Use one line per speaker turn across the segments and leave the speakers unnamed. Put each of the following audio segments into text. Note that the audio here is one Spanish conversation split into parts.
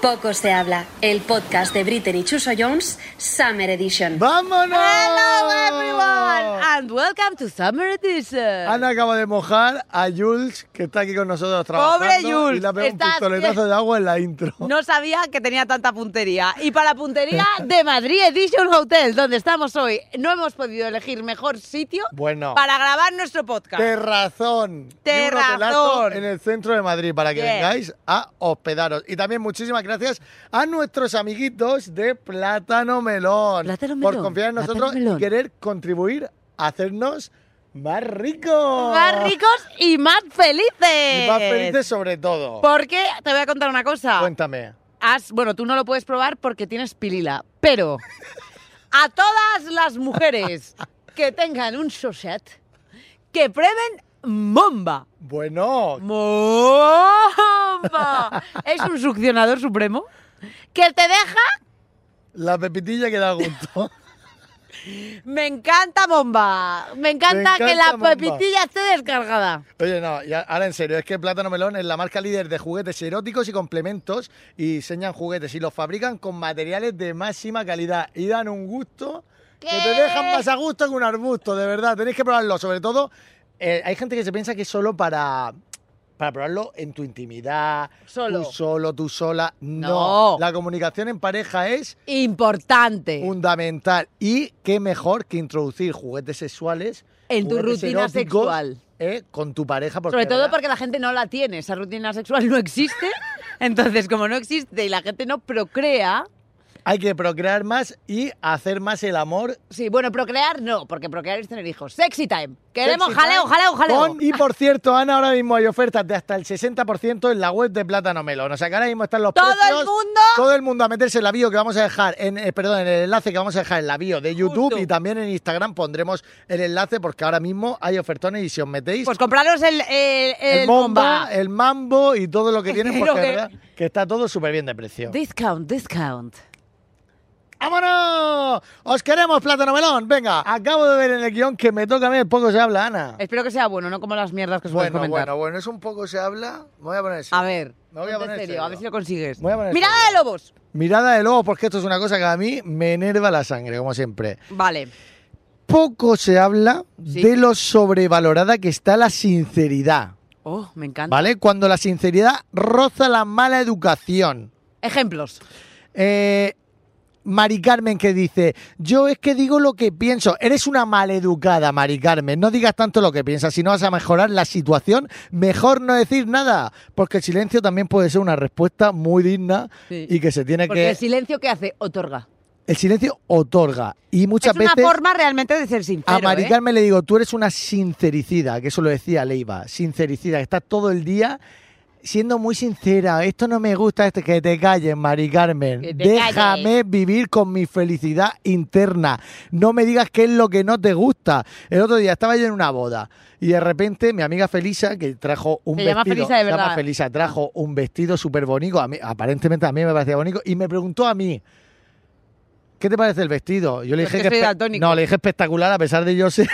Poco se habla, el podcast de Britney y Chuso Jones, Summer Edition.
¡Vámonos!
Hello
Oh.
everyone Ah. and welcome to Summer Edition.
Ana acaba de mojar a Jules, que está aquí con nosotros trabajando.
Pobre Jules,
Y le ha pegado un
estás
pistoletazo
bien.
de agua en la intro.
No sabía que tenía tanta puntería. Y para la puntería de Madrid Edition Hotel, donde estamos hoy, no hemos podido elegir mejor sitio
Bueno.
para grabar nuestro podcast.
Terrazón. Y un
Terrazón.
hotelazo En el centro de Madrid para que
Bien.
vengáis a hospedaros. Y también muchísimas gracias a nuestros amiguitos de Plátano Melón.
Plátano
Por
Melón,
confiar en
Plátano
nosotros y
Melón.
querer contribuir a hacernos más ricos.
Más ricos y más felices.
Y más felices sobre todo.
Porque te voy a contar una cosa.
Cuéntame.
Has- bueno, tú no lo puedes probar porque tienes pilila, pero a todas las mujeres que tengan un sochet, que prueben Momba.
Bueno,
¡Momba! Es un succionador supremo que te deja...
la pepitilla que da gusto.
Me encanta Momba. Me encanta,
encanta
que la
Momba.
pepitilla esté descargada.
Oye, no, y a- ahora en serio, es que Plátano Melón es la marca líder de juguetes eróticos y complementos y diseñan juguetes y los fabrican con materiales de máxima calidad y dan un gusto que te
¿Qué?
dejan más a gusto que un arbusto, de verdad. Tenéis que probarlo, sobre todo. eh, hay gente que se piensa que es solo para, para probarlo en tu intimidad,
Solo.
tú solo, tú sola. no.
No.
La comunicación en pareja es
Importante.
fundamental. Y qué mejor que introducir juguetes sexuales
En tu
juguetes
rutina
eróticos,
sexual.
eh, con tu pareja. Porque,
Sobre todo
¿verdad?
porque la gente no la tiene, esa rutina sexual no existe. Entonces, como no existe y la gente no procrea,
hay que procrear más y hacer más el amor.
sí, bueno, procrear no, porque procrear es tener hijos. Sexy time. Queremos
Sexy
jaleo,
time
jaleo, jaleo.
con- y por cierto, Ana, ahora mismo hay ofertas de hasta el 60% en la web de Plátano Melón. O sea que ahora mismo están los
Todo el
precios,
mundo.
Todo el mundo a meterse en la bio que vamos a dejar, en, eh, perdón, en el enlace que vamos a dejar en la bio de YouTube
Justo.
y también en Instagram pondremos el enlace porque ahora mismo hay ofertones y si os metéis...
Pues compraros el, el, el
el bomba, el mambo y todo lo que tienen,
Creo
porque
que-
es verdad que está todo súper bien de precio.
Discount, discount.
¡Vámonos! ¡Os queremos, Plátano Melón! Venga, acabo de ver en el guión que me toca a mí el poco se habla, Ana.
Espero que sea bueno, no como las mierdas que os pueden
Bueno,
comentar.
bueno, bueno, es un poco se habla. Me voy a poner
A ver,
Me voy a
ponte
poner
serio,
serio.
a ver si lo consigues.
Voy a poner
Mirada de lobos.
Mirada de lobo, porque esto es una cosa que a mí me enerva la sangre, como siempre.
Vale.
Poco se habla
Sí.
de lo sobrevalorada que está la sinceridad,
Oh, me encanta.
¿vale? Cuando la sinceridad roza la mala educación.
Ejemplos.
Eh, Mari Carmen que dice, yo es que digo lo que pienso, eres una maleducada, Mari Carmen, no digas tanto lo que piensas, si no vas a mejorar la situación, mejor no decir nada, porque el silencio también puede ser una respuesta muy digna
Sí.
y que se tiene
Porque
que...
el silencio que hace otorga.
El silencio otorga y muchas
es una
veces...
forma realmente de ser sincero.
A Mari
¿eh?
Carmen le digo, tú eres una sincericida, que eso lo decía Leiva, sincericida, que estás todo el día siendo muy sincera. Esto no me gusta, este, que te calles, Mari Carmen.
Que te
Déjame vivir con mi felicidad interna. No me digas qué es lo que no te gusta. El otro día estaba yo en una boda y de repente mi amiga Felisa, que trajo un
Se
vestido,
llama Felisa de
se llama
verdad.
Felisa, trajo un vestido súper bonito, a mí- aparentemente a mí me parecía bonito, y me preguntó a mí. ¿Qué te parece el vestido? Yo le
Pues
dije
que
que
soy
espe-
daltónico.
no, le dije espectacular a pesar de yo ser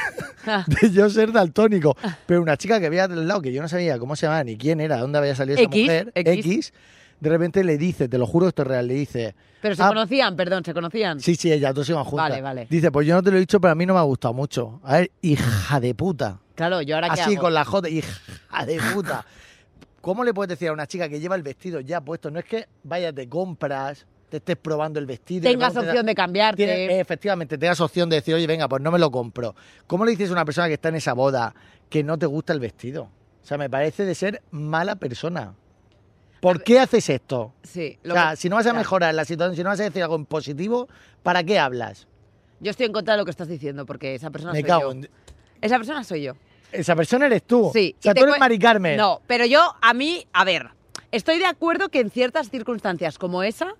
Ah.
de yo ser daltónico, pero una chica que había del lado que yo no sabía cómo se llamaba ni quién era, dónde había salido esa
X,
mujer,
X.
de repente le dice, te lo juro esto es real, le dice,
Pero se
Ah.
conocían, perdón, se conocían.
sí, sí, ellas dos iban juntas.
Vale, vale.
Dice, pues yo no te lo he dicho, pero a mí no me ha gustado mucho. A ver, hija de puta.
Claro, yo ahora qué
Así
hago?
con la J, hija de puta. ¿Cómo le puedes decir a una chica que lleva el vestido ya puesto? No es que vayas de compras, te estés probando el vestido. y le
Tengas
preguntes a-
opción de cambiarte.
Tiene- eh, efectivamente, tengas opción de decir, oye, venga, pues no me lo compro. ¿Cómo le dices a una persona que está en esa boda que no te gusta el vestido? O sea, me parece de ser mala persona. ¿Por qué haces esto?
Sí.
O
lo
sea,
que-
si no vas a
ya.
mejorar la situación, si no vas a decir algo en positivo, ¿para qué hablas?
Yo estoy en contra de lo que estás diciendo porque esa persona
me
soy
cago
yo.
en...
Esa persona soy yo.
Esa persona eres tú.
Sí.
O sea,
y te
tú eres
cue-
Mari Carmen.
No, pero yo, a mí, a ver, estoy de acuerdo que en ciertas circunstancias como esa,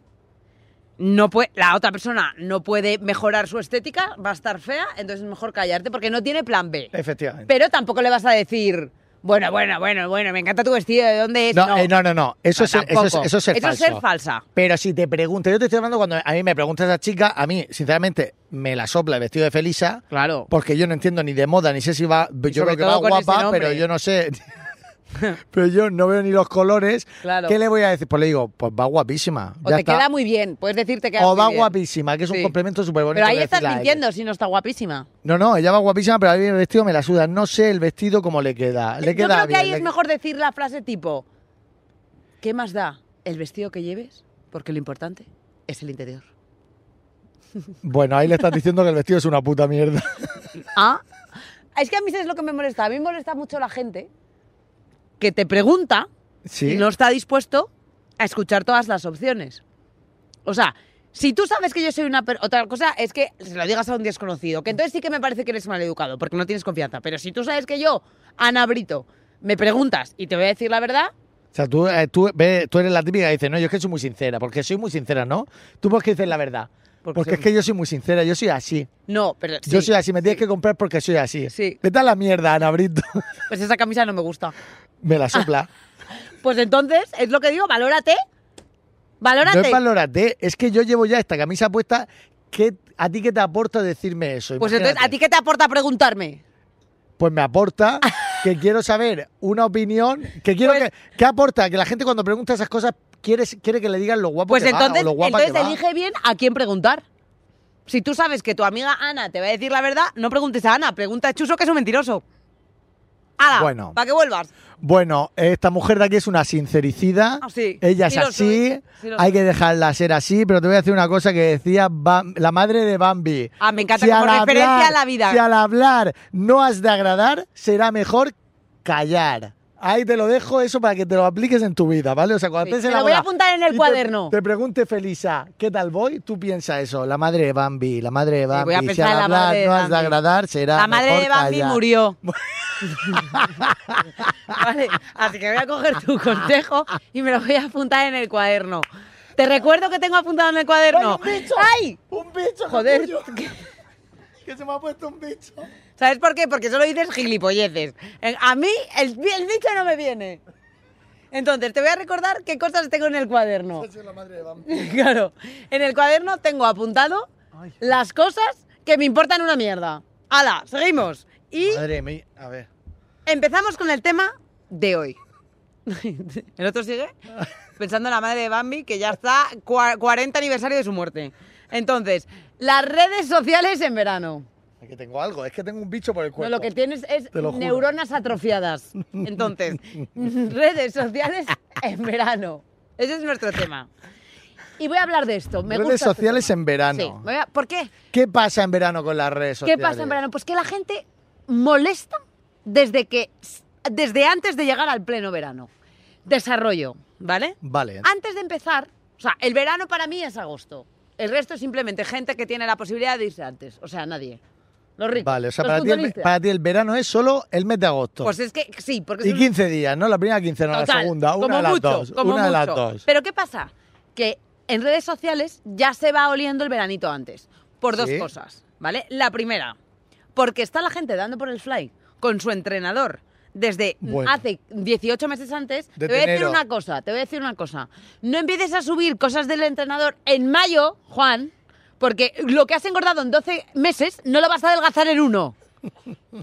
no puede, la otra persona no puede mejorar su estética, va a estar fea, entonces es mejor callarte porque no tiene plan B.
Efectivamente.
Pero tampoco le vas a decir, bueno, bueno, bueno, bueno, me encanta tu vestido, ¿de dónde es?
No, eh, no, no, no. Eso,
No,
es, eso, es,
tampoco.
eso es ser
Eso es
falso.
ser falsa.
Pero si te pregunto, yo te estoy hablando cuando a mí me pregunta esa chica, a mí, sinceramente, me la sopla el vestido de Felisa.
Claro.
Porque yo no entiendo ni de moda, ni sé si va. Yo
sobre
creo que
todo
va
con ese
guapa,
nombre.
pero yo no sé. pero yo no veo ni los colores.
Claro.
¿Qué le voy a decir? Pues le digo, pues va guapísima.
O
ya
te
está.
queda muy bien, puedes decirte que
o va guapísima, que es un
Sí.
complemento súper bonito.
Pero ahí estás mintiendo si no está guapísima.
No, no, ella va guapísima, pero a mí el vestido me la suda. No sé el vestido cómo le queda. Le
Yo
queda
creo que
bien,
ahí
le-
es mejor decir la frase tipo, ¿qué más da el vestido que lleves? Porque lo importante es el interior.
Bueno, ahí le estás diciendo que el vestido es una puta mierda.
Ah, es que a mí es lo que me molesta. A mí me molesta mucho la gente que te pregunta
Sí.
y no está dispuesto a escuchar todas las opciones. O sea, si tú sabes que yo soy una... per- Otra cosa es que se lo digas a un desconocido, que entonces sí que me parece que eres maleducado, porque no tienes confianza. Pero si tú sabes que yo, Ana Brito, me preguntas y te voy a decir la verdad,
O sea, tú, eh, tú, ve- tú eres la típica que dice, no, yo es que soy muy sincera, porque soy muy sincera, ¿no? Tú porque dices la verdad.
Porque
Porque,
soy-
es que yo soy muy sincera, yo soy así.
no, pero... Sí,
Yo soy así, me tienes que comprar porque soy así.
Sí.
¿Qué tal la mierda, Ana Brito?
Pues esa camisa no me gusta.
me la sopla.
Pues entonces, es lo que digo, valórate. Valórate.
No es valorate, es que yo llevo ya esta camisa puesta. ¿qué- ¿A ti qué te aporta decirme eso?
pues entonces, ¿a
Imagínate.
ti qué te aporta preguntarme?
Pues me aporta que quiero saber una opinión, que quiero
Pues-
que... ¿Qué aporta? Que la gente cuando pregunta esas cosas quiere, quiere que le digan lo guapo
Pues
que va
entonces,
o lo guapa
entonces
que va.
elige bien a quién preguntar. Si tú sabes que tu amiga Ana te va a decir la verdad, no preguntes a Ana, pregunta a Chuso que es un mentiroso. Ala,
Bueno.
para que vuelvas.
Bueno, esta mujer de aquí es una sincericida.
Ah, sí.
Ella
Sí
es
lo
así.
soy, sí lo
hay
soy.
que dejarla ser así. Pero te voy a decir una cosa que decía Bam- la madre de Bambi.
Ah, me encanta como
al
referencia a la vida.
Si al hablar no has de agradar, será mejor callar. Ahí te lo dejo eso para que te lo apliques en tu vida, ¿vale? O sea, cuando
Sí.
estés
Me
en la
lo voy a
boda
apuntar en el
y te-
cuaderno.
Te, pregunte Felisa, ¿qué tal voy? Tú piensa eso, la madre de Bambi, la madre de Bambi.
voy a
si
pensar
al
en la
hablar
madre de
no has de
Bambi.
agradar, será
La madre
mejor
de Bambi
callar.
murió. Vale, así que voy a coger tu consejo y me lo voy a apuntar en el cuaderno. Te recuerdo que tengo apuntado en el cuaderno.
¡Ay, un bicho!
¡Ay!
¡Un bicho!
Joder,
capullo! que se me ha puesto un bicho.
¿Sabes por qué? Porque solo dices gilipolleces. En- A mí el, el bicho no me viene. Entonces, te voy a recordar qué cosas tengo en el cuaderno.
Soy la madre de Bambi.
Claro, en el cuaderno tengo apuntado
Ay.
las cosas que me importan una mierda. ¡Hala! Seguimos. Y
Madre mía, a ver.
empezamos con el tema de hoy. ¿El otro sigue? Pensando en la madre de Bambi, que ya está cua- 40 aniversario de su muerte. Entonces, las redes sociales en verano.
Es que tengo algo, es que tengo un bicho por el
No,
cuerpo.
lo que tienes es
Te lo juro.
neuronas atrofiadas. Entonces, redes sociales en verano. Ese es nuestro tema. Y voy a hablar de esto. Me
Redes
gusta este
sociales
tema.
en verano.
Sí, voy a- ¿Por qué?
¿Qué pasa en verano con las redes
¿Qué
sociales?
pasa en verano? Pues que la gente molesta desde que desde antes de llegar al pleno verano. Desarrollo, ¿vale?
Vale.
Antes de empezar, o sea, el verano para mí es agosto. El resto es simplemente gente que tiene la posibilidad de irse antes, o sea, nadie. Los ricos.
Vale, o sea,
los
para ti, el,
futbolistas.
para ti el verano es solo el mes de agosto.
Pues es que sí, porque
y
es un-
15 días, ¿no? La primera quincena, la
Total,
segunda, una
como
de las
mucho,
dos.
como
una de las
mucho.
dos.
Pero ¿qué pasa? Que en redes sociales ya se va oliendo el veranito antes. Por dos
Sí.
cosas, ¿vale? La primera, porque está la gente dando por el fly con su entrenador desde
Bueno.
hace 18 meses antes.
Desde
te voy a decir
enero.
una cosa, te voy a decir una cosa. No empieces a subir cosas del entrenador en mayo, Juan, porque lo que has engordado en 12 meses no lo vas a adelgazar en uno.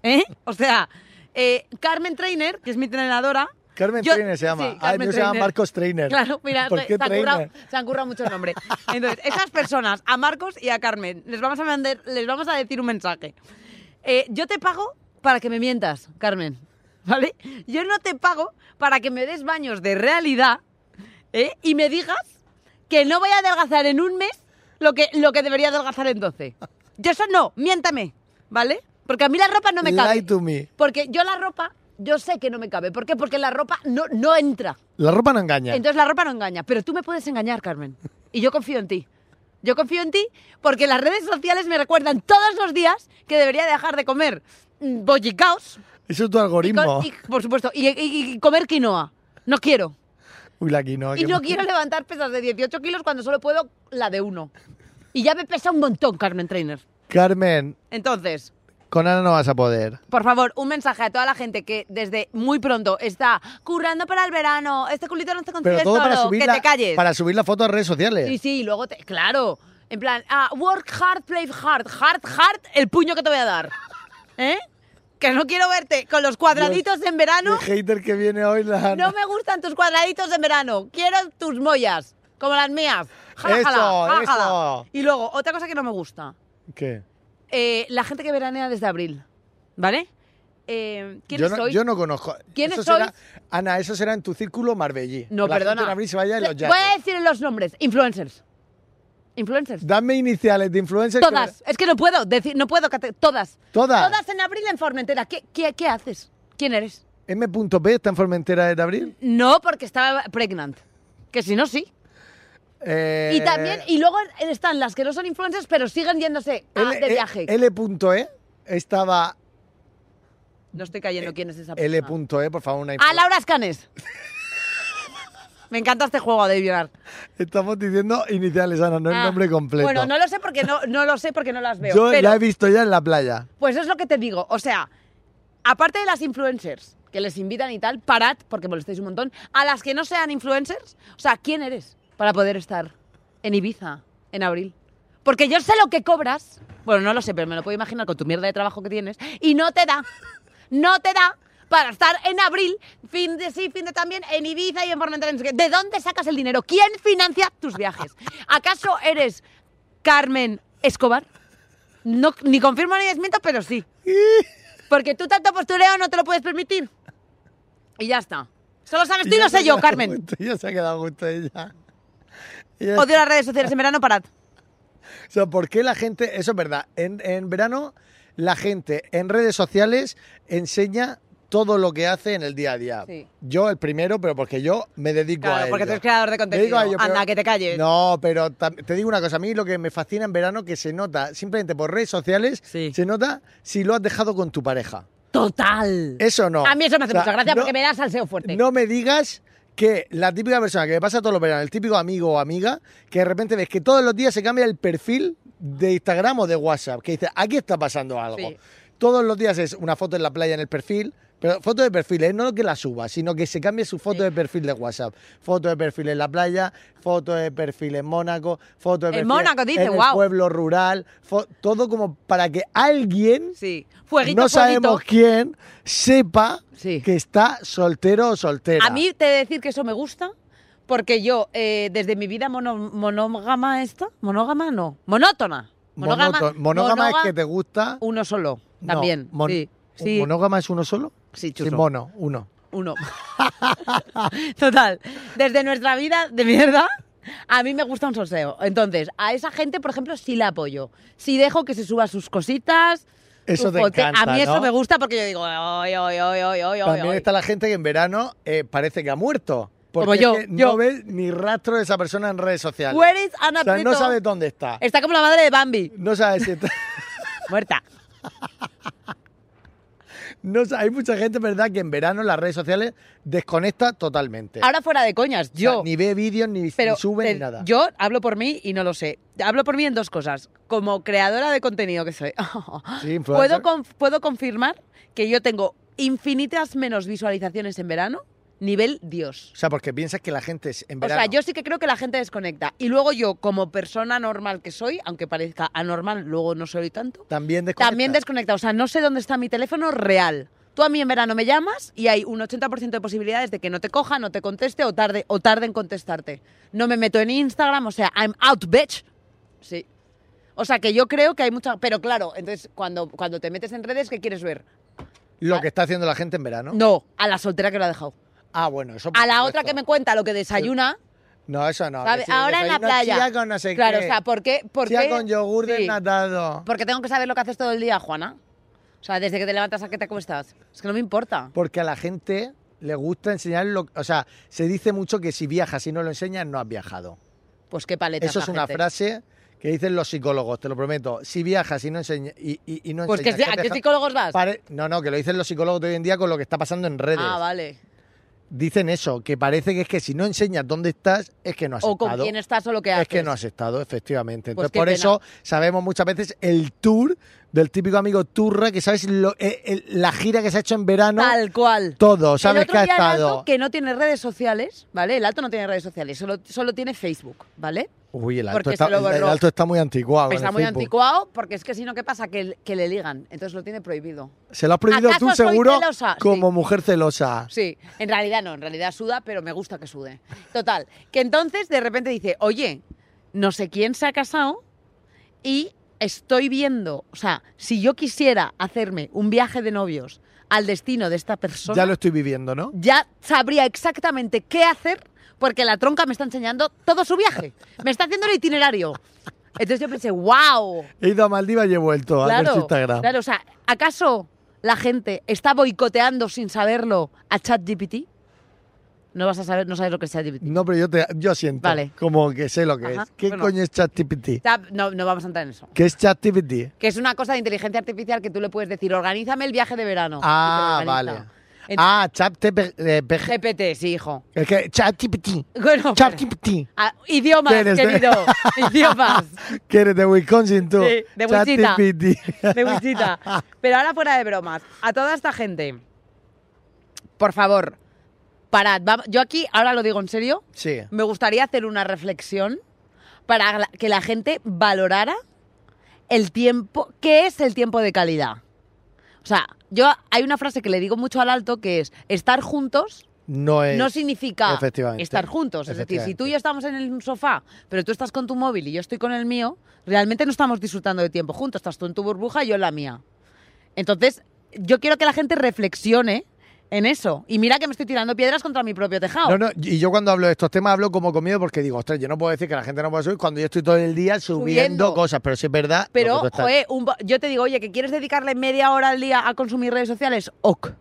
¿Eh? O sea, eh, Carmen Trainer, que es mi entrenadora.
Carmen Trainer se llama. Ay,
Carmen
mío se llama
Trainer.
Marcos Trainer.
Claro, mira,
¿Por
se,
qué
han currado,
Trainer?
se han currado mucho el nombre. Entonces, esas personas, a Marcos y a Carmen, les vamos a, mandar, les vamos a decir un mensaje. Eh, yo te pago para que me mientas, Carmen. ¿Vale? Yo no te pago para que me des baños de realidad ¿eh? y me digas que no voy a adelgazar en un mes lo que, lo que debería adelgazar en 12. Yo eso no, miéntame, ¿vale? Porque a mí la ropa no me cabe.
Lie to me.
Porque yo la ropa, yo sé que no me cabe. ¿Por qué? Porque la ropa no, no entra.
La ropa no engaña.
Entonces la ropa no engaña. Pero tú me puedes engañar, Carmen. Y yo confío en ti. Yo confío en ti porque las redes sociales me recuerdan todos los días que debería dejar de comer mm, bollicaos.
Eso es tu
y con-
algoritmo.
y, por supuesto, y, y- y comer quinoa. No quiero.
Uy, la quinoa.
Y
qué
no
mal.
quiero levantar pesas de 18 kilos cuando solo puedo la de uno. Y ya me pesa un montón, Carmen Trainer.
Carmen,
Entonces,
con Ana no vas a poder.
Por favor, un mensaje a toda la gente que desde muy pronto está currando para el verano, este culito no se consigue
Pero todo para
solo,
subir,
que
la,
te calles.
para subir la foto a redes sociales.
Sí, sí, y luego te... Claro, en plan, ah, work hard, play hard, hard, hard, el puño que te voy a dar. ¿Eh? que no quiero verte con los cuadraditos en verano.
El hater que viene hoy la
Ah, No me gustan tus cuadraditos en verano. Quiero tus mollas, como las mías. Jala,
Eso,
jala, jala, jala.
eso.
Y luego, otra cosa que no me gusta.
¿Qué?
Eh, la gente que veranea desde abril, ¿vale? Eh,
yo
¿Quiénes
no,
sois?
Yo no conozco.
¿Quiénes
Eso será-
sois?
Ana, eso será en tu círculo marbellí.
No,
La
perdona. Pues-
gente en abril se vaya en los
Le- Voy a
yates.
decir los nombres. Influencers. Influencers.
Dame iniciales de influencers. que-
Todas. Es que no puedo decir, no puedo. cate- Todas.
Todas.
Todas en abril en Formentera. ¿Qué, qué, qué haces? ¿Quién eres?
M.P. está en Formentera desde abril.
No, porque estaba pregnant. Que si no, sí.
Eh,
Y también, y luego están las que no son influencers, pero siguen yéndose a-
L-
de viaje.
L.E. estaba
no estoy cayendo quién es esa persona.
eh, L.E., E, por favor, una
pues A
influ-
Laura Escanes. Me encanta este juego de adivinar.
Estamos diciendo iniciales, Ana, no el
Ah,
nombre completo.
Bueno, no lo sé porque no, no lo sé porque no las veo.
Yo
pero-
la he visto ya en la playa.
Pues es lo que te digo. O sea, aparte de las influencers que les invitan y tal, parad, porque molestáis un montón, a las que no sean influencers, o sea, ¿quién eres para poder estar en Ibiza en abril? Porque yo sé lo que cobras, bueno, no lo sé, pero me lo puedo imaginar con tu mierda de trabajo que tienes, y no te da, no te da para estar en abril, fin de sí, fin de también, en Ibiza y en Formentera. no sé qué. ¿De dónde sacas el dinero? ¿Quién financia tus viajes? ¿Acaso eres Carmen Escobar? No, ni confirmo ni desmiento, pero sí. Porque tú tanto postureo no te lo puedes permitir. Y ya está. Solo sabes tú y
Ya
lo
se ha
sé Pues yo,
quedado
Carmen.
justo, ya se ha quedado justo ella. Ella-
Odio las redes sociales en verano, parad.
O sea, ¿por qué la gente, eso es verdad, en, en verano la gente en redes sociales enseña todo lo que hace en el día a día?
Sí.
Yo el primero, pero porque yo me dedico a
Claro,
ello.
porque tú eres creador de
Me dedico a
contenido.
ello, pero-
Anda, que te calles.
No, pero tam- te digo una cosa, a mí lo que me fascina en verano que se nota, simplemente por redes sociales,
Sí.
se nota si lo has dejado con tu pareja.
Total.
Eso no.
A mí eso me hace
O sea,
mucha gracia
no-
porque me da salseo fuerte.
no me digas que la típica persona que me pasa todos los veranos, el típico amigo o amiga, que de repente ves que todos los días se cambia el perfil de Instagram o de WhatsApp, que dice, aquí está pasando algo.
Sí.
Todos los días es una foto en la playa en el perfil, pero foto de perfil, ¿eh? no que la suba, sino que se cambie su foto
Sí.
de perfil de WhatsApp. Foto de perfil en la playa, foto de perfil en Mónaco, foto de
En
perfil
Mónaco, dice,
en el
guau.
pueblo rural, fo- todo como para que alguien
Sí. Fueguito,
no
fueguito.
sabemos quién sepa
Sí.
que está soltero o soltera.
A mí te he de decir que eso me gusta porque yo, eh, desde mi vida mono- monógama esta, monógama no, monótona. Monógama,
Monótono- monógama
monoga-
es que te gusta.
Uno solo,
No,
también.
mon-
sí. Sí.
¿Monógama es uno solo?
Sí,
Sí,
chuso.
mono, uno.
Uno. Total. Desde nuestra vida de mierda, a mí me gusta un soseo. Entonces, a esa gente, por ejemplo, sí la apoyo. Sí dejo que se suba sus cositas.
Eso
su
te
fote-
encanta,
A mí eso
¿no?
me gusta porque yo digo, oy, oy, oy, oy, oy,
También
oy".
está la gente que en verano eh, parece que ha muerto. Porque
Como
es
yo,
que no
yo.
ves ni rastro de esa persona en redes sociales.
Where is Ana
o sea, no
Prieto?
sabes dónde está.
Está como la madre de Bambi,
No sabes si está-
muerta.
no sa- Hay mucha gente, ¿verdad?, que en verano las redes sociales desconecta totalmente.
Ahora fuera de coñas,
O sea,
yo.
ni ve vídeos, ni, ni
pero
sube,
te-
ni nada.
Yo hablo por mí y no lo sé. Hablo por mí en dos cosas. Como creadora de contenido que soy,
Sí, influencer.
puedo, conf- puedo confirmar que yo tengo infinitas menos visualizaciones en verano, nivel Dios.
O sea, porque piensas que la gente es en
O
verano.
sea, yo sí que creo que la gente desconecta. Y luego yo, como persona normal que soy, aunque parezca anormal, luego no soy tanto,
También desconecta.
también desconecta. O sea, no sé dónde está mi teléfono real. Tú a mí en verano me llamas y hay un 80% de posibilidades de que no te coja, no te conteste o tarde, o tarde en contestarte. No me meto en Instagram, o sea, I'm out, bitch. Sí. O sea, que yo creo que hay mucha... Pero claro, entonces, cuando, cuando te metes en redes, ¿qué quieres ver?
Lo que está haciendo la gente en verano.
No, a la soltera que lo ha dejado.
Ah, bueno, eso por
A la
supuesto.
otra que me cuenta lo que desayuna,
No, eso no.
¿sabes?
que si
Ahora en la
desayuno
playa.
chía con no sé
claro,
qué.
o sea, ¿por qué? ¿Por
Chía
qué?
con yogur
Sí.
desnatado.
Porque tengo que saber lo que haces todo el día, Juana. O sea, desde que te levantas a que te acuestas. Es que no me importa.
Porque a la gente le gusta enseñar lo O sea, se dice mucho que si viajas y no lo enseñas, no has viajado.
Pues qué paleta.
Eso es una frase que dicen los psicólogos, te lo prometo. Si viajas y no enseñas... Y, y- y no
Pues que,
enseñas
sí,
has
¿a qué
viajado-
psicólogos vas?
Pare- No, no, que lo dicen los psicólogos de hoy en día con lo que está pasando en redes.
Ah, vale.
Dicen eso, que parece que es que si no enseñas dónde estás, es que no has
O
estado.
con quién estás o lo que haces.
Es que no has estado, efectivamente.
Pues
Entonces,
qué
por
pena.
eso sabemos muchas veces el tour del típico amigo turra que sabes lo- eh, eh, la gira que se ha hecho en verano.
Tal cual.
Todo, sabes
el otro
que ha
día el
estado.
Alto, que no tiene redes sociales, ¿vale? El alto no tiene redes sociales, solo, solo tiene Facebook, ¿vale?
Uy, el alto,
porque
está,
se lo
el- el
borró.
alto está muy anticuado. con
Está
el
muy
Ah, Facebook.
anticuado porque es que si no, ¿qué pasa? Que, que le ligan, entonces lo tiene prohibido.
Se lo has prohibido
¿Acaso
tú
soy
seguro
celosa? Sí.
como mujer celosa.
Sí, en realidad no, en realidad suda, pero me gusta que sude. Total, que entonces de repente dice, oye, no sé quién se ha casado y estoy viendo, o sea, si yo quisiera hacerme un viaje de novios al destino de esta persona,
Ya lo estoy viviendo, ¿no?
ya sabría exactamente qué hacer porque la tronca me está enseñando todo su viaje, me está haciendo el itinerario. Entonces yo pensé, wow,
He ido a Maldivas y he vuelto a ver su
claro,
Instagram.
claro, o sea, ¿acaso la gente está boicoteando sin saberlo a ChatGPT? No vas a saber, no sabes lo que es ChatGPT.
No, pero yo, te, yo siento
Vale.
como que sé lo que
Ajá,
es. ¿Qué
bueno.
coño es ChatGPT?
Ya, No, no vamos a entrar en eso.
¿Qué es ChatGPT?
Que es una cosa de inteligencia artificial que tú le puedes decir, organízame el viaje de verano.
Ah,
Y te lo
vale.
organiza. En-
Ah, ChatGPT. eh, PG.
GPT, sí, hijo.
Es que ChatGPT.
Bueno,
ChatGPT.
ah, idiomas,
¿Quién es de-
querido. idiomas.
Que eres de Wisconsin tú.
Sí, de Wichita.
ChatGPT.
De Wichita. Pero ahora fuera de bromas, a toda esta gente, por favor, parad. vam- Yo aquí, ahora lo digo en serio,
Sí.
me gustaría hacer una reflexión para la- que la gente valorara el tiempo, qué es el tiempo de calidad. O sea, yo hay una frase que le digo mucho al alto que es estar juntos
No es.
no significa
efectivamente.
estar juntos. Es decir, si tú
Efectivamente.
y yo estamos en el sofá, pero tú estás con tu móvil y yo estoy con el mío, realmente no estamos disfrutando de tiempo juntos. Estás tú en tu burbuja y yo en la mía. Entonces, yo quiero que la gente reflexione en eso. Y mira que me estoy tirando piedras contra mi propio tejado.
No, no, y yo cuando hablo de estos temas hablo como comido porque digo, ostras, yo no puedo decir que la gente no puede subir cuando yo estoy todo el día subiendo,
Subiendo.
cosas, pero sí es verdad. lo que
Pero,
tú estás-
joe, un bo- yo te digo, oye, que quieres dedicarle media hora al día a consumir redes sociales, ok.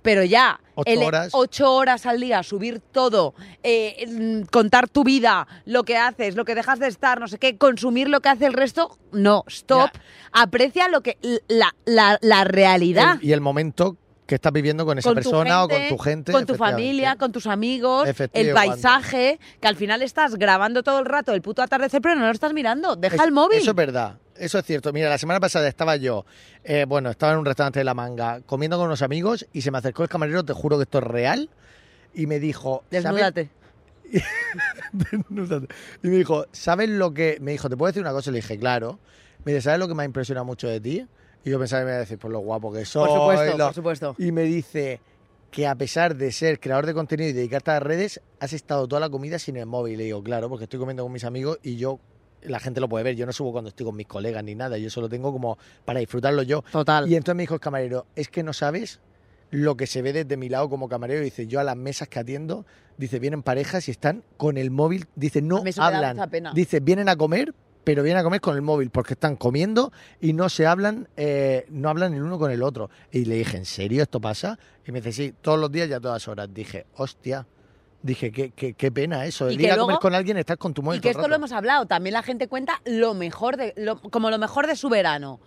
Pero ya, eh,
Ocho horas.
ocho horas al día, subir todo, eh, mm, contar tu vida, lo que haces, lo que dejas de estar, no sé qué, consumir lo que hace el resto, no, stop.
Ya.
Aprecia lo que la, la- la realidad.
El- y el momento que estás viviendo con esa
Con tu
persona o con
gente,
tu gente.
Con tu
efectivamente.
familia, con tus amigos, el
Efectivamente.
paisaje, que al final estás grabando todo el rato el puto atardecer, pero no lo estás mirando. Deja
Es-
el móvil.
Eso es verdad. Eso es cierto. Mira, la semana pasada estaba yo, eh, bueno, estaba en un restaurante de La Manga comiendo con unos amigos y se me acercó el camarero, te juro que esto es real, y me dijo, ¿sabes-
Desnúdate.
Desnúdate. Y me dijo, ¿sabes lo que...? Me dijo, ¿te puedo decir una cosa? Y le dije, claro. Me dice, ¿sabes lo que me ha impresionado mucho de ti? Y yo pensaba que me iba a decir, pues lo guapo que soy.
Por supuesto,
lo-
por supuesto.
Y me dice que a pesar de ser creador de contenido y dedicarte a las redes, has estado toda la comida sin el móvil. Y le digo, claro, porque estoy comiendo con mis amigos y yo... La gente lo puede ver, yo no subo cuando estoy con mis colegas ni nada, yo solo tengo como para disfrutarlo yo.
Total.
Y entonces me dijo el camarero, es que no sabes lo que se ve desde mi lado como camarero. Dice, yo a las mesas que atiendo, dice, vienen parejas y están con el móvil. Dice, no
A mí eso me da
hablan.
mucha pena.
Dice, vienen a comer, pero vienen a comer con el móvil porque están comiendo y no se hablan, eh, no hablan el uno con el otro. Y le dije, ¿en serio esto pasa? Y me dice, sí, todos los días y a todas horas. Dije, hostia. Dije, qué, qué, qué pena eso.
Y
El
que
ir a comer
luego-
con alguien, estás con tu móvil.
Y que
todo
esto
el
lo
rato.
hemos hablado, también la gente cuenta lo mejor de, lo- como lo mejor de su verano.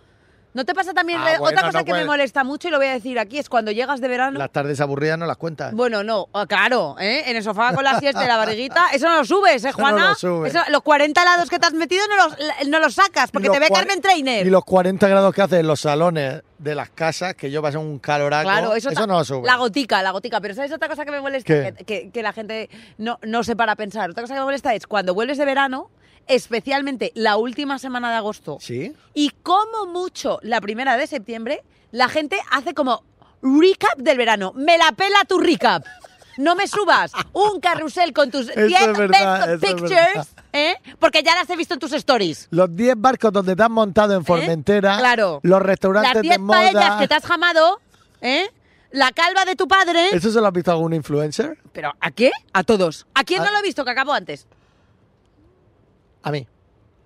¿No te pasa también
Ah,
re-
bueno,
otra cosa
no
que me
puede-
molesta mucho y lo voy a decir aquí es cuando llegas de verano?
Las tardes aburridas no las cuentas.
Bueno, no, ah, claro, ¿eh? en el sofá con la siesta y la barriguita, eso no lo subes, ¿eh,
Eso no lo
Juana?
subes.
Eso- los 40 helados que te has metido no los, no los sacas porque
Y
te
los
ve
cua-
Carmen Trainer.
Y los 40 grados que hace en los salones de las casas, que yo pasé un caloraco.
Claro, eso, ta-
no lo sube.
La gotica, la gotica. Pero ¿sabes otra cosa que me molesta?
¿Qué?
Que, que- que la gente no, no se para a pensar. Otra cosa que me molesta es cuando vuelves de verano, especialmente la última semana de agosto,
¿Sí?
y como mucho la primera de septiembre, la gente hace como recap del verano. Me la pela tu recap. No me subas un carrusel con tus 10
Eso es verdad,
best
eso es
pictures,
verdad.
¿eh? porque ya las he visto en tus stories.
Los 10 barcos donde te has montado en Formentera.
¿Eh? Claro.
Los
Las
restaurantes
10
de
paellas
moda.
que te has jamado, ¿eh? la calva de tu padre.
¿Eso se lo has visto a algún influencer?
¿Pero a qué? A todos. ¿A quién
A-
no lo he visto que acabó antes?
A mí.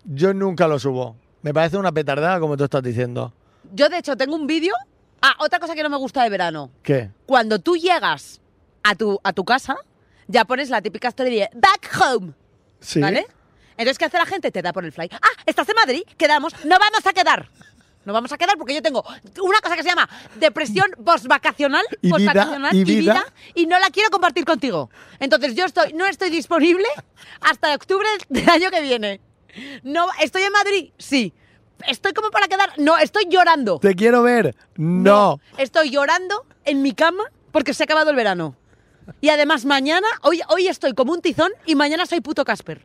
Yo nunca lo subo. Me parece una petardada, como tú estás diciendo.
Yo, de hecho, tengo un vídeo. Ah, otra cosa que no me gusta de verano.
¿Qué?
Cuando tú llegas a tu, a tu casa, ya pones la típica historia de back home,
Sí.
¿vale? Entonces, ¿qué hace la gente? Te da por el fly. Ah, estás en Madrid, quedamos, no vamos a quedar. No vamos a quedar porque yo tengo una cosa que se llama depresión postvacacional
Y vida,
postvacacional,
y
y
vida.
vida, y no la quiero compartir contigo. Entonces yo estoy, no estoy disponible hasta octubre del año que viene. No, ¿Estoy en Madrid? Sí. estoy como para quedar. No, estoy llorando.
Te quiero ver. No.
Estoy llorando en mi cama porque se ha acabado el verano. Y además mañana, hoy, hoy estoy como un tizón y mañana soy puto Casper.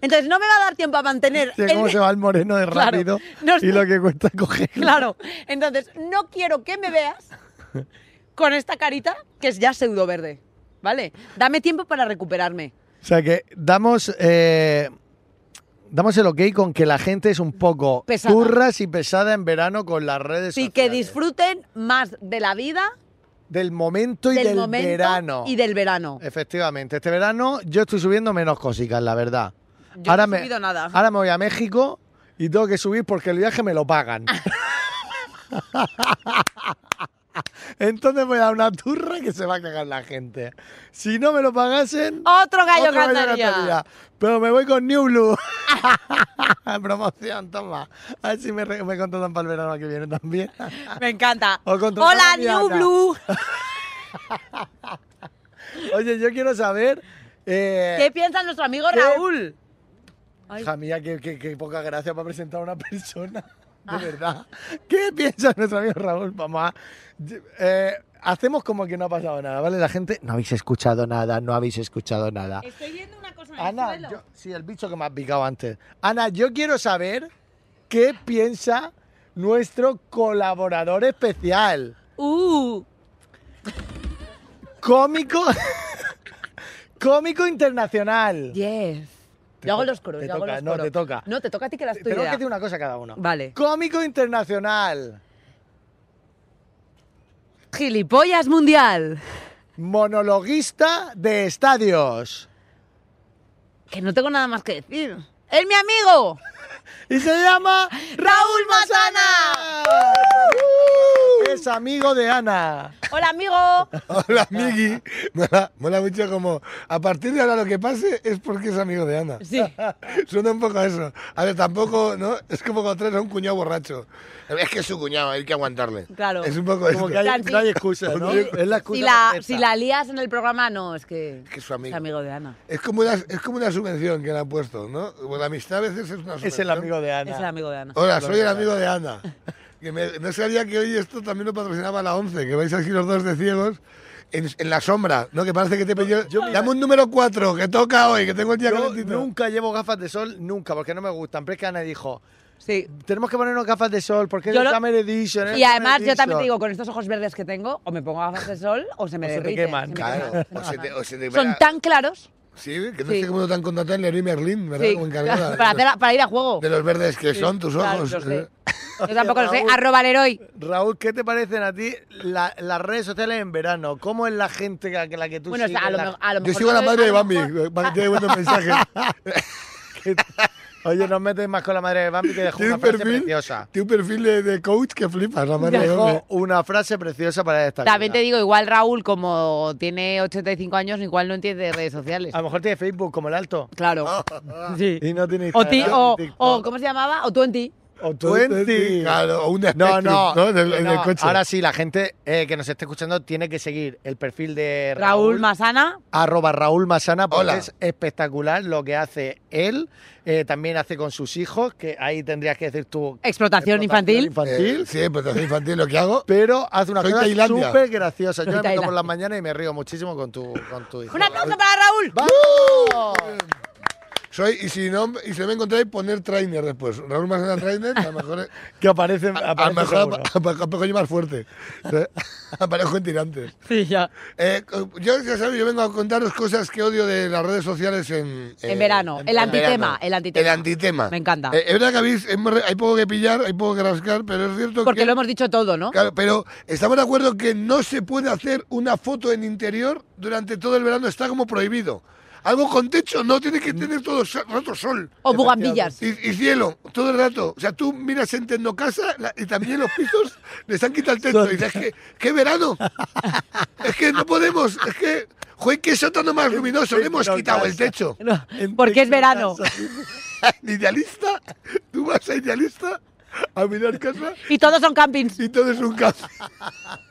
Entonces no me va a dar tiempo a mantener...
Mira cómo
el-
se va el moreno de
Claro.
rápido
No
y
estoy-
lo que cuesta coger.
Claro. Entonces no quiero que me veas con esta carita que es ya pseudo verde. ¿Vale? Dame tiempo para recuperarme.
O sea que damos, eh, damos el ok con que la gente es un poco
Pesada.
turras y pesada en verano con las redes
Sí, que
sociales.
disfruten más de la vida,
Del momento y
del,
del,
momento
verano.
y del verano.
Efectivamente, este verano yo estoy subiendo menos cositas, la verdad.
Yo no he subido nada.
Ahora me voy a México y tengo que subir porque el viaje me lo pagan. Entonces voy a dar una turra que se va a cagar la gente. Si no me lo pagasen...
Otro gallo
otro gallo
cantaría.
cantaría. Pero me voy con New Blue. Promoción, toma. A ver si me, re- me contratan para el verano que viene también.
Me encanta.
O contratar
Hola,
a Diana.
New Blue.
Eh. Oye, yo quiero saber... eh,
¿Qué piensa nuestro amigo
¿Qué?
Raúl? Ay.
Hija mía, qué, qué- qué poca gracia para presentar a una persona. De
Ah.
verdad. ¿Qué piensa nuestro amigo Raúl? Vamos a- eh, hacemos como que no ha pasado nada, ¿vale? La gente. No habéis escuchado nada, no habéis escuchado nada.
Estoy viendo una cosa
Ana, yo, sí, el bicho que me has picado antes. Ana, yo quiero saber qué piensa nuestro colaborador especial.
Uh,
Cómico. cómico internacional.
yes.
Te
Yo hago
toca,
los coros,
te
yo hago
toca,
los
no,
coros.
te toca.
No, te toca a ti que las
Tenemos que
tuyas.
decir una cosa cada uno.
Vale.
Cómico internacional.
Gilipollas mundial.
Monologuista de estadios.
Que no tengo nada más que decir. ¡Es mi amigo!
Y se llama
¡Raúl Matana!
Ana. Es amigo de Ana.
¡Hola, amigo!
Hola, Miki. Mola, mola mucho como, a partir de ahora lo que pase es porque es amigo de Ana.
Sí.
Suena un poco a eso. A ver, tampoco, ¿no? Es como cuando traes a un cuñado borracho. Es que es su cuñado, hay que aguantarle.
Claro.
Es un poco
Como
eso.
que hay,
Santi.
no hay excusa, ¿no? Es la excusa
Si la,
perfecta.
si la lías en el programa, no, es que.
Que es su amigo.
de Ana.
Es como, una, es como una subvención que le han puesto, ¿no? Bueno, la amistad a veces es una subvención.
Es el amigo de
Es el
Ana.
amigo de Ana.
Hola, soy el amigo de Ana. Que me- no sabía que hoy esto también lo patrocinaba la 11, que vais así los dos de ciegos en, en la sombra, ¿no? Que parece que te pidió... Dame un número 4, que toca hoy, que tengo el día
Yo
calentito.
nunca llevo gafas de sol, nunca, porque no me gustan. Pero es que Ana dijo,
Sí.
tenemos que ponernos gafas de sol, porque es
Yo
el
lo-
Summer Edition. es
Y
el
además,
Summer
yo también
Edition".
te digo, con estos ojos verdes que tengo, o me pongo gafas de sol o se me
O se te
derriten,
queman,
me
Claro,
queman, se me
o se te,
queman.
o se te
Son tan claros
Sí, que no
Sí.
sé cómo tan contratado en Leroy Merlin, ¿verdad?
sí,
Como encargada.
para, hacer- para ir a juego.
De los verdes que son tus
Claro,
ojos.
lo sé.
eh.
Yo tampoco lo sé.
Raúl.
Arroba Leroy.
Raúl, ¿qué te parecen a ti la- las redes sociales en verano? ¿Cómo es la gente a la que tú
Bueno, o sea,
sigues?
a lo,
la-
me- a lo mejor.
Yo sigo a la
no
madre
soy-
de
a lo
Bambi,
mejor-
Bambi tiene buenos mensajes.
que- Oye, no os metéis más con la madre de Bambi que dejó
Tiene
una
un
frase
perfil,
preciosa.
tiene un perfil de, de coach que flipas, la madre de Bambi.
Dejó una frase preciosa para esta.
También te digo, igual Raúl, como tiene 85 años, igual no entiende de redes sociales.
A lo mejor tiene Facebook como el alto.
Claro.
Ah.
Sí.
Ah. Y no tiene
O, ti-
Instagram,
o,
ni TikTok.
o, ¿cómo se llamaba? O 20.
O Twenty.
Claro, o un
No,
Spectrum,
no,
¿no? En el, en
no,
el coche.
Ahora sí, la gente eh, que nos esté escuchando tiene que seguir el perfil de Raúl,
Raúl Masana.
arroba Raúl Masana, porque
Hola.
es espectacular lo que hace él. eh, también hace con sus hijos, que ahí tendrías que decir tú.
Explotación infantil.
Eh, sí, explotación infantil, lo que hago.
Pero hace una
Soy
cosa
Tailandia.
súper graciosa. Yo me meto
Soy
por
Tailandia.
las mañanas y me río muchísimo con tu, con tu hijo.
Un aplauso para Raúl.
¡Vamos!
Soy, y si no, y si no me encontráis, poner trainer después. Raúl Masana trainer, a lo mejor,
Que aparece,
a,
aparece
a lo mejor
seguro.
apa- apa- aparezco más fuerte. Eh, aparezco en tirantes.
Sí, ya.
Eh, yo, ya sabéis, yo vengo a contaros cosas que odio de las redes sociales en... eh,
En verano, el antitema,
verano.
el antitema.
El antitema.
Me encanta.
Eh, es verdad que habéis- hemos re- hay poco que pillar, hay poco que rascar, pero es cierto
Porque
que...
lo hemos dicho todo, ¿no?
Claro, pero estamos de acuerdo que no se puede hacer una foto en interior durante todo el verano, está como prohibido. Algo con techo, no, tiene que tener todo el rato sol.
O bugambillas.
Y, y cielo, todo el rato. O sea, tú miras en Tecnocasa la- y también los pisos les han quitado el techo. Y dices, ¿qué, qué verano? es que no podemos, es que... Joder, qué sótano más luminoso, le hemos quitado el techo.
No, Porque es verano.
Idealista, tú vas a idealista a mirar casa
Y todos son campings.
y todo es un camping.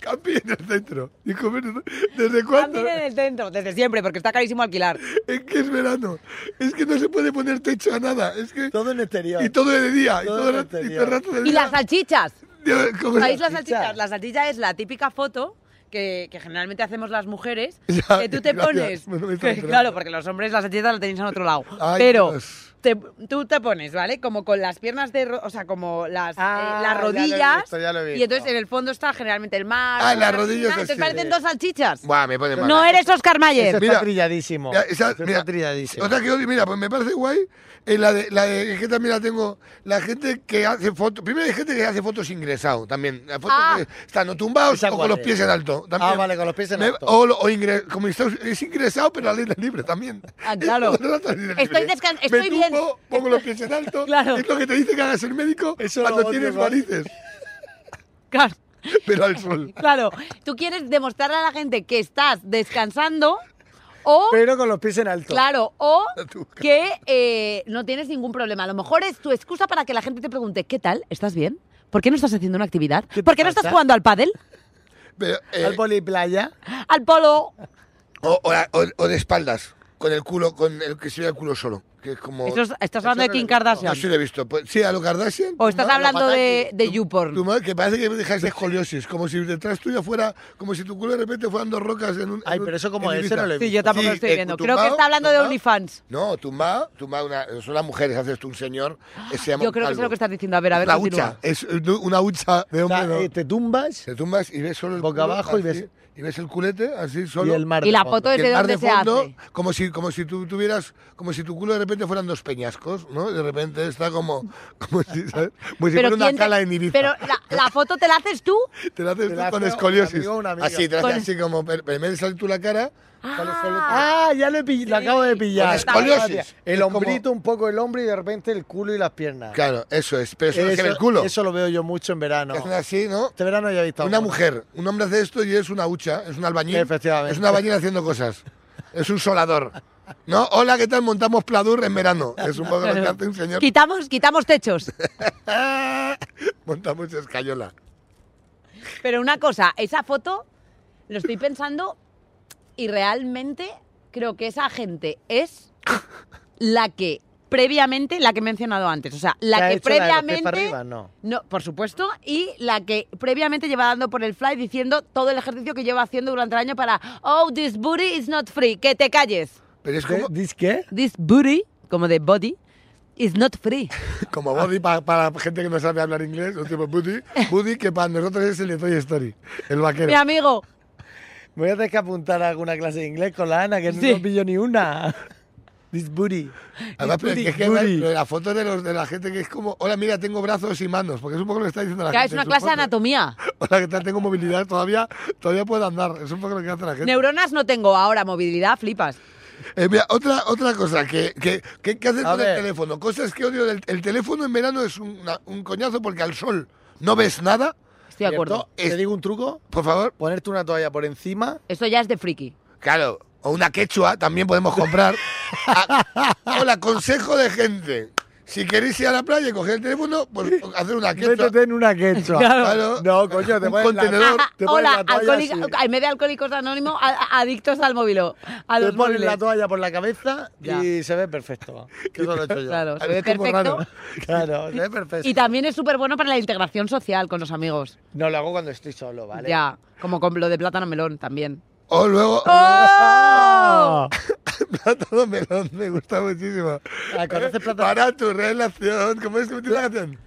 camping en el centro. Y comer en- ¿Desde cuándo?
Camping en el centro, desde siempre, porque está carísimo alquilar.
Es que es verano. Es que no se puede poner techo a nada. Es que...
Todo en exterior.
Y todo es de
Todo
día. y todo
en
el rato- y todo el rato de
Y
día.
las salchichas.
Dios, ¿cómo
¿Sabéis
era?
las salchichas? La salchicha es la típica foto que, que generalmente hacemos las mujeres.
Ya,
que tú te
gracias,
pones.
me lo he
que,
encontrado.
claro, porque los hombres las salchichas las tenéis en otro lado.
Ay,
Pero.
Dios.
te- tú te pones, ¿vale? Como con las piernas de, ro- o sea, como las, eh,
Ah,
las
ya lo he
rodillas.
visto, ya lo he
Y entonces
visto.
en el fondo está generalmente el mar.
Ah,
o
las
la
rodillas
piscina, Entonces
así.
parecen dos salchichas.
Buah, me pone mal.
no eres Oscar
Eso
Mayer.
está
Mira,
trilladísimo.
Ya, esa-
Eso
mira,
está trilladísimo.
otra que odio, mira, pues me parece guay, es la de, la de, es que también la tengo, la gente que hace fotos, primero hay gente que hace fotos ingresado también, las fotos
Ah.
que están o tumbados
Esa
o con
cuál
los
es.
pies en alto. También.
Ah, vale, con los pies en
Me-
alto.
O, lo- o ingre- como está- es ingresado, pero al aire libre también.
Ah, claro.
Todo el rato al aire libre.
Estoy descan-
Me
estoy bien.
tumbo, pongo los pies en alto,
Claro.
es lo que te dice que hagas el médico
Eso lo odio
cuando tienes
más.
varices,
Claro.
pero al sol.
Claro, tú quieres demostrarle a la gente que estás descansando o,
Pero con los pies en alto.
claro, o
Tú.
que eh, no tienes ningún problema. A lo mejor es tu excusa para que la gente te pregunte, ¿qué tal? ¿Estás bien? ¿Por qué no estás haciendo una actividad?
¿Qué te
¿Por qué no estás
pasa?
jugando al pádel?
Pero, eh,
Al poliplaya.
¿Al polo?
o, o la- o- o de espaldas, con el culo, con el que se ve el culo solo, que es como...
Eso es- ¿Estás hablando de
no lo he
Kim
visto.
No
Kardashian?
sí lo he visto. Pues, sí, a lo Kardashian.
¿O estás
No, lo
hablando
fatal.
de, Pues de
Tu
YouPorn?
madre, que parece que me dejaste escoliosis, como si detrás tuya fuera, como si tu culo de repente fueran dos rocas en un.
Ay,
en un-
pero eso como
en
es,
Ibiza.
eso no lo he
Sí, yo tampoco lo
Sí,
estoy
eh,
viendo.
tumbao,
Creo que está hablando de
tumbao.
OnlyFans.
No, tumbao, tumbao, una, son las mujeres, haces tú un señor, eh, se llama
Yo
un
creo que es
calvo.
lo que estás diciendo. A ver, a ver,
Una
continúa.
hucha, es una hucha de
O sea,
hombre. ¿no?
eh, te tumbas
Te tumbas y ves solo el
Boca
culo,
abajo y
así,
ves-
y ves el culete así
y
solo.
el mar.
Y
de
la
fondo.
foto es
Y el
de
mar
dónde
de
se
fondo,
hace.
como si como si tú tuvieras como si tu culo de repente fueran dos peñascos, ¿no? De repente está como como si, ¿sabes? Como si fuera una
quién te-
cala en Ibiza.
pero la, la foto te la haces tú.
Te la haces
Te
tú
la
con
hace un
escoliosis.
amigo o una amiga.
así, te la
Con-
haces así como, pero en vez de salir tú la cara, sale solo tú.
Ah, ya lo, he pill- lo
Sí.
acabo de pillar.
Con escoliosis.
El
Es como-
hombrito, un poco el hombro y de repente el culo y las piernas.
Claro, eso es, pero eso, no es en el culo.
Ah. eso lo veo yo mucho en verano.
Que hacen así, ¿no?
Este verano ya he visto.
Una
alguno.
mujer, un hombre hace esto y es una hucha, es un albañil.
Efectivamente.
Es un albañil haciendo cosas. Es un solador. ¿No? Hola, ¿qué tal? Montamos pladur en verano. Es un poco lo que hace un señor.
Quitamos, quitamos techos.
Montamos escayola.
Pero una cosa, esa foto lo estoy pensando y realmente creo que esa gente es la que previamente, la que he mencionado antes, o sea, la
¿Te ha
que
hecho la de los pies
previamente...
para arriba? No.
No, por supuesto, y la que previamente lleva dando por el fly diciendo todo el ejercicio que lleva haciendo durante el año para, oh, this booty is not free, que te calles.
Pero es
¿Qué?
como,
¿Dis qué?
This booty, como de body, is not free.
como body pa- para gente que no sabe hablar inglés, o tipo booty, booty que para nosotros es el de Toy Story, el vaquero.
Mi amigo,
Voy a tener que apuntar a alguna clase de inglés con la Ana, que
Sí.
no pillo ni una. This booty. This
Además, pero es
booty,
que, es que
booty.
la, la foto de, los, de la gente que es como, hola, mira, tengo brazos y manos, porque es un poco lo que está diciendo la
claro, es una
gente. en su
clase de
foto.
anatomía.
Hola, ¿qué tal? Tengo movilidad, todavía, todavía puedo andar. Es un poco lo que hace la gente.
Neuronas no tengo ahora, movilidad, flipas.
Eh, mira, otra, otra cosa, que, que, que, que hacer
A
con
ver.
el teléfono. Cosas que odio del el teléfono en verano es una- un coñazo porque al sol no ves nada.
Estoy de acuerdo.
es-
¿Te digo un truco?
Por favor,
eh, Ponerte una toalla por encima.
Esto ya es de friki.
claro, o una quechua también podemos comprar. Ah, Hola, consejo de gente. Si queréis ir a la playa y coger el teléfono, pues hacer una quechua.
Métete en una quechua.
Claro.
No, coño, te
Un
pones
contenedor.
la, te pones
Hola,
la toalla
alcohólica-
así.
en vez de alcohólicos anónimos, a- a- adictos al móvil. A
Te
los
pones la
móviles.
toalla por la cabeza
Ya.
y se ve perfecto. Que Eso lo he hecho yo.
Claro,
A ver, es como
perfecto.
raro.
Claro, se ve perfecto.
Y también es súper bueno para la integración social con los amigos.
No lo hago cuando estoy solo, ¿vale?
Ya, como con lo de plátano melón también.
O luego,
¡Oh!
Ah.
plátano melón, me gusta muchísimo.
Ah, ¿conoces plátano?
Para tu relación. ¿Cómo es que me tiene la canción?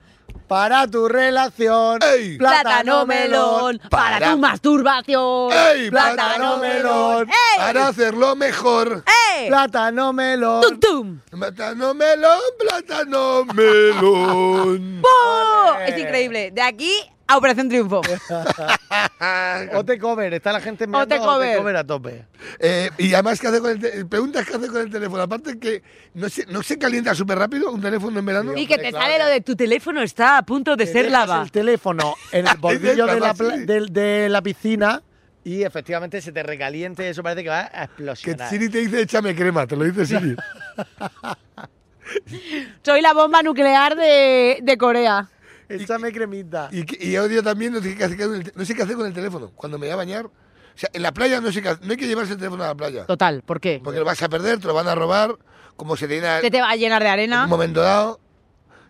Para tu relación.
¡Ey!
Plátano melón, para,
Para.
tu masturbación.
¡Ey!
plátano melón.
Oh, ¡Ey!
Para hacerlo mejor.
¡Eh!
Plátano melón.
¡Tum, tum!
Plátano melón, plátano melón.
¡Oh! Es increíble. De aquí a Operación Triunfo.
O te cover, está la gente mirando
te cover.
a tope.
Eh, y además, ¿qué hace con el te- preguntas qué hace con el teléfono? Aparte que no se, no se calienta súper rápido un teléfono en verano.
Y que te sale lo de tu teléfono está a punto de
Te
ser
dejas
lava.
El teléfono en el bordillo de la,
Ahí dentro,
pla-
sí.
del- de la piscina y efectivamente se te recaliente y eso parece que va a
Que
explosionar.
Siri te dice échame crema, te lo dice Siri.
Soy la bomba nuclear de, de Corea.
Échame cremita.
Y, que- y odio también, no sé, qué hacer con el, te- no sé qué hacer con el teléfono. Cuando me voy a bañar, o sea, en la playa no, sé qué hacer, no hay que llevarse el teléfono a la playa.
Total, ¿por qué?
Porque lo vas a perder, te lo van a robar, como se te llena
Se te va a llenar de
en un
arena.
momento dado.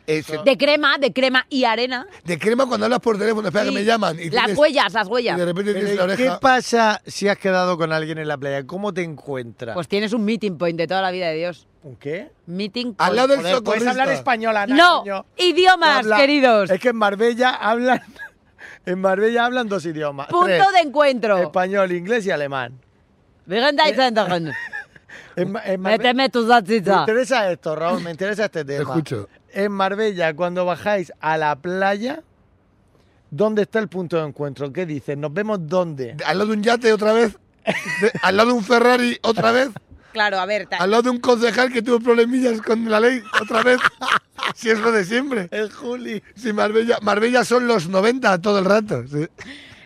Eh, se- de,
De crema, de crema y arena.
crema cuando hablas por teléfono, espera
Sí.
que me llaman. Y
las
tienes-
huellas, las
Y de
huellas.
repente
Pero,
tienes
¿y
la
¿Qué
oreja.
pasa si has quedado con alguien en la playa? ¿Cómo te encuentras?
Pues tienes un meeting point de toda la vida de Dios.
¿Un qué? Pues,
Meeting point.
Al lado del
Joder, puedes
socorrista.
hablar español, Ana.
No,
coño.
idiomas,
Habla-
queridos.
Es que en Marbella hablan. En Marbella hablan dos idiomas.
Punto
tres.
de encuentro.
Español, inglés y alemán.
Venga, entra,
En, Ma- en Marbe-
Méteme tus
Me
salchichas.
interesa esto, Raúl, me interesa este tema.
escucho.
En Marbella, cuando bajáis a la playa, ¿dónde está el punto de encuentro? ¿Qué dices? ¿Nos vemos dónde?
Al lado de un yate otra vez. de- al lado de un Ferrari otra vez.
Claro, a ver. ta-
Al lado de un concejal que tuvo problemillas con la ley otra vez. si es lo de siempre.
Es Juli.
Si Marbella, Marbella son los 90 todo el rato. sí.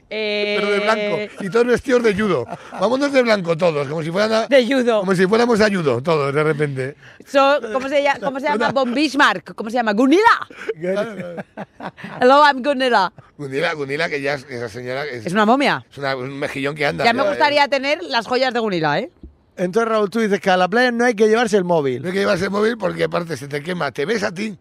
eh,
Pero de blanco. Y todos vestidos de judo. Vámonos de blanco todos, como si fueran a-
De judo.
Como si fuéramos a judo todos de repente.
So- ¿Cómo se llama? ¿Cómo se llama? Von Bismarck. ¿Cómo se llama? Gunilla. Hello, I'm Gunilla.
Gunila, Gunila, que ya es, esa señora es,
Es una momia.
es una- un mejillón que anda.
Ya me
Lleva-
gustaría tener las joyas de Gunilla, ¿eh?
Entonces, Raúl, tú dices que a la playa no hay que llevarse el
No
móvil.
hay que llevarse el móvil porque aparte se te quema, te ves a ti.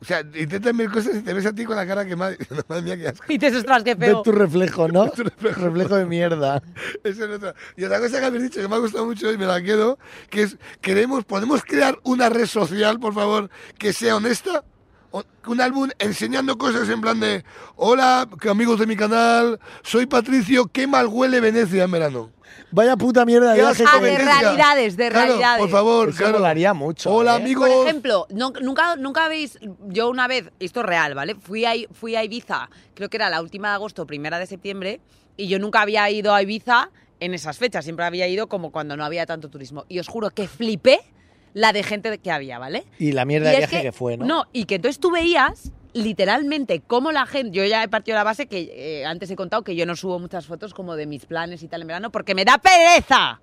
O sea, intentas mil cosas y te ves a ti con la cara quemada. No, madre mía, qué asco.
Y te ostras, qué
Ves
feo.
tu reflejo, ¿no? tu reflejo. de mierda.
Eso es otra. Y otra cosa que habéis dicho que me ha gustado mucho y me la quedo, que es, queremos, podemos crear una red social, por favor, que sea honesta. O- Un álbum enseñando cosas en plan de, hola, que amigos de mi canal, soy Patricio, qué mal huele Venecia en verano.
Vaya puta mierda de
Qué
viaje
asco
que
Ah, de
me-
Venecia.
realidades, de
Claro,
realidades.
Por favor,
Eso
claro.
molaría mucho,
Hola,
¿eh?
amigos.
Por ejemplo, no- nunca, nunca habéis. Yo una vez, esto es real, ¿vale? Fui a, I- fui a Ibiza, creo que era la última de agosto, primera de septiembre, y yo nunca había ido a Ibiza en esas fechas. Siempre había ido como cuando no había tanto turismo. Y os juro que flipé la de gente que había, ¿vale?
Y la mierda de
es
viaje que, fue, ¿no?
No, y que entonces tú veías literalmente cómo la gente. Yo ya he partido la base que eh, antes he contado que yo no subo muchas fotos como de mis planes y tal en verano porque me da pereza.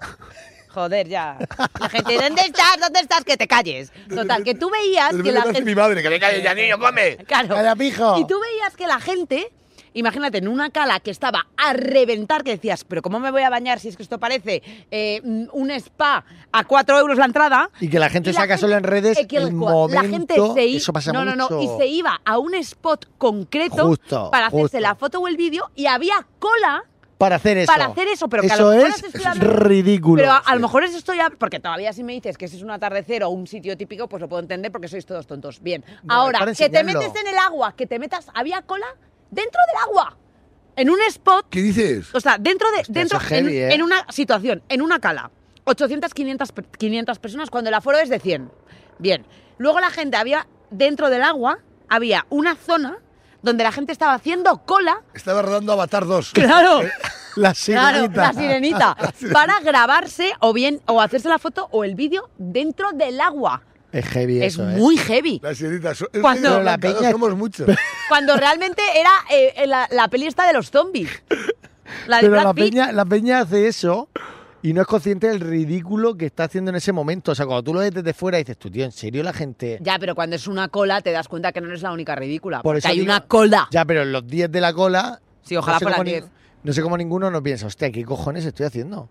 Joder, ya. La gente, ¿dónde estás? ¿Dónde estás? Que te calles. Total, que tú veías
De
que
repente
la
te hace
gente.
mi madre, que le calle ya, niño, come.
Claro.
¡Calla, pijo!
Y tú veías que la gente, imagínate, en una cala que estaba a reventar, que decías, pero ¿cómo me voy a bañar si es que esto parece eh, un spa a 4 euros la entrada?
Y que la gente
Y la
saca solo en
gente-
redes
eh, que
el
el cua-
momento.
la gente se i-
Eso pasa
no, no,
mucho.
no, y se iba a un spot concreto
Justo,
para hacerse
justo.
la foto o el vídeo y había cola
Para hacer eso.
para hacer eso, pero que a
eso
lo mejor
es
os estoy hablando-
ridículo.
Pero a, a lo mejor es esto ya, porque todavía si me dices que ese es un atardecer o un sitio típico, pues lo puedo entender porque sois todos tontos. Bien,
No,
ahora,
para
que te
enseñarlo.
metes en el agua, que te metas, había cola dentro del agua, en un spot
¿Qué dices?
o sea, dentro de.
eso
dentro,
es heavy,
en,
¿eh?
en una situación, en una cala, 800, 500, per- 500 personas cuando el aforo es de 100. Bien. Luego la gente había. Dentro del agua había una zona donde la gente estaba haciendo cola.
Estaba rodando Avatar 2.
Claro.
La
Claro,
sirenita.
la sirenita. Para grabarse o bien o hacerse la foto o el vídeo dentro del agua.
Es heavy
Es
eso, ¿eh?
muy heavy.
La señorita. so- es
Cuando-
que
Pero la
cada
peña-
somos muchos.
Cuando realmente era eh, la, la peli esta de los zombies. La de
Pero
Brad
la
Pitt.
peña, la peña hace eso y no es consciente del ridículo que está haciendo en ese momento. O sea, cuando tú lo ves desde fuera dices, tú, tío, ¿en serio la gente...?
Ya, pero cuando es una cola te das cuenta que no eres la única ridícula.
Por
porque
eso
Ah, pues hay
digo-
una cola.
Ya, pero en los 10 de la cola...
Sí, ojalá fueran
cómo ni-
10.
No sé cómo ninguno no piensa, hostia, ¿qué cojones estoy haciendo?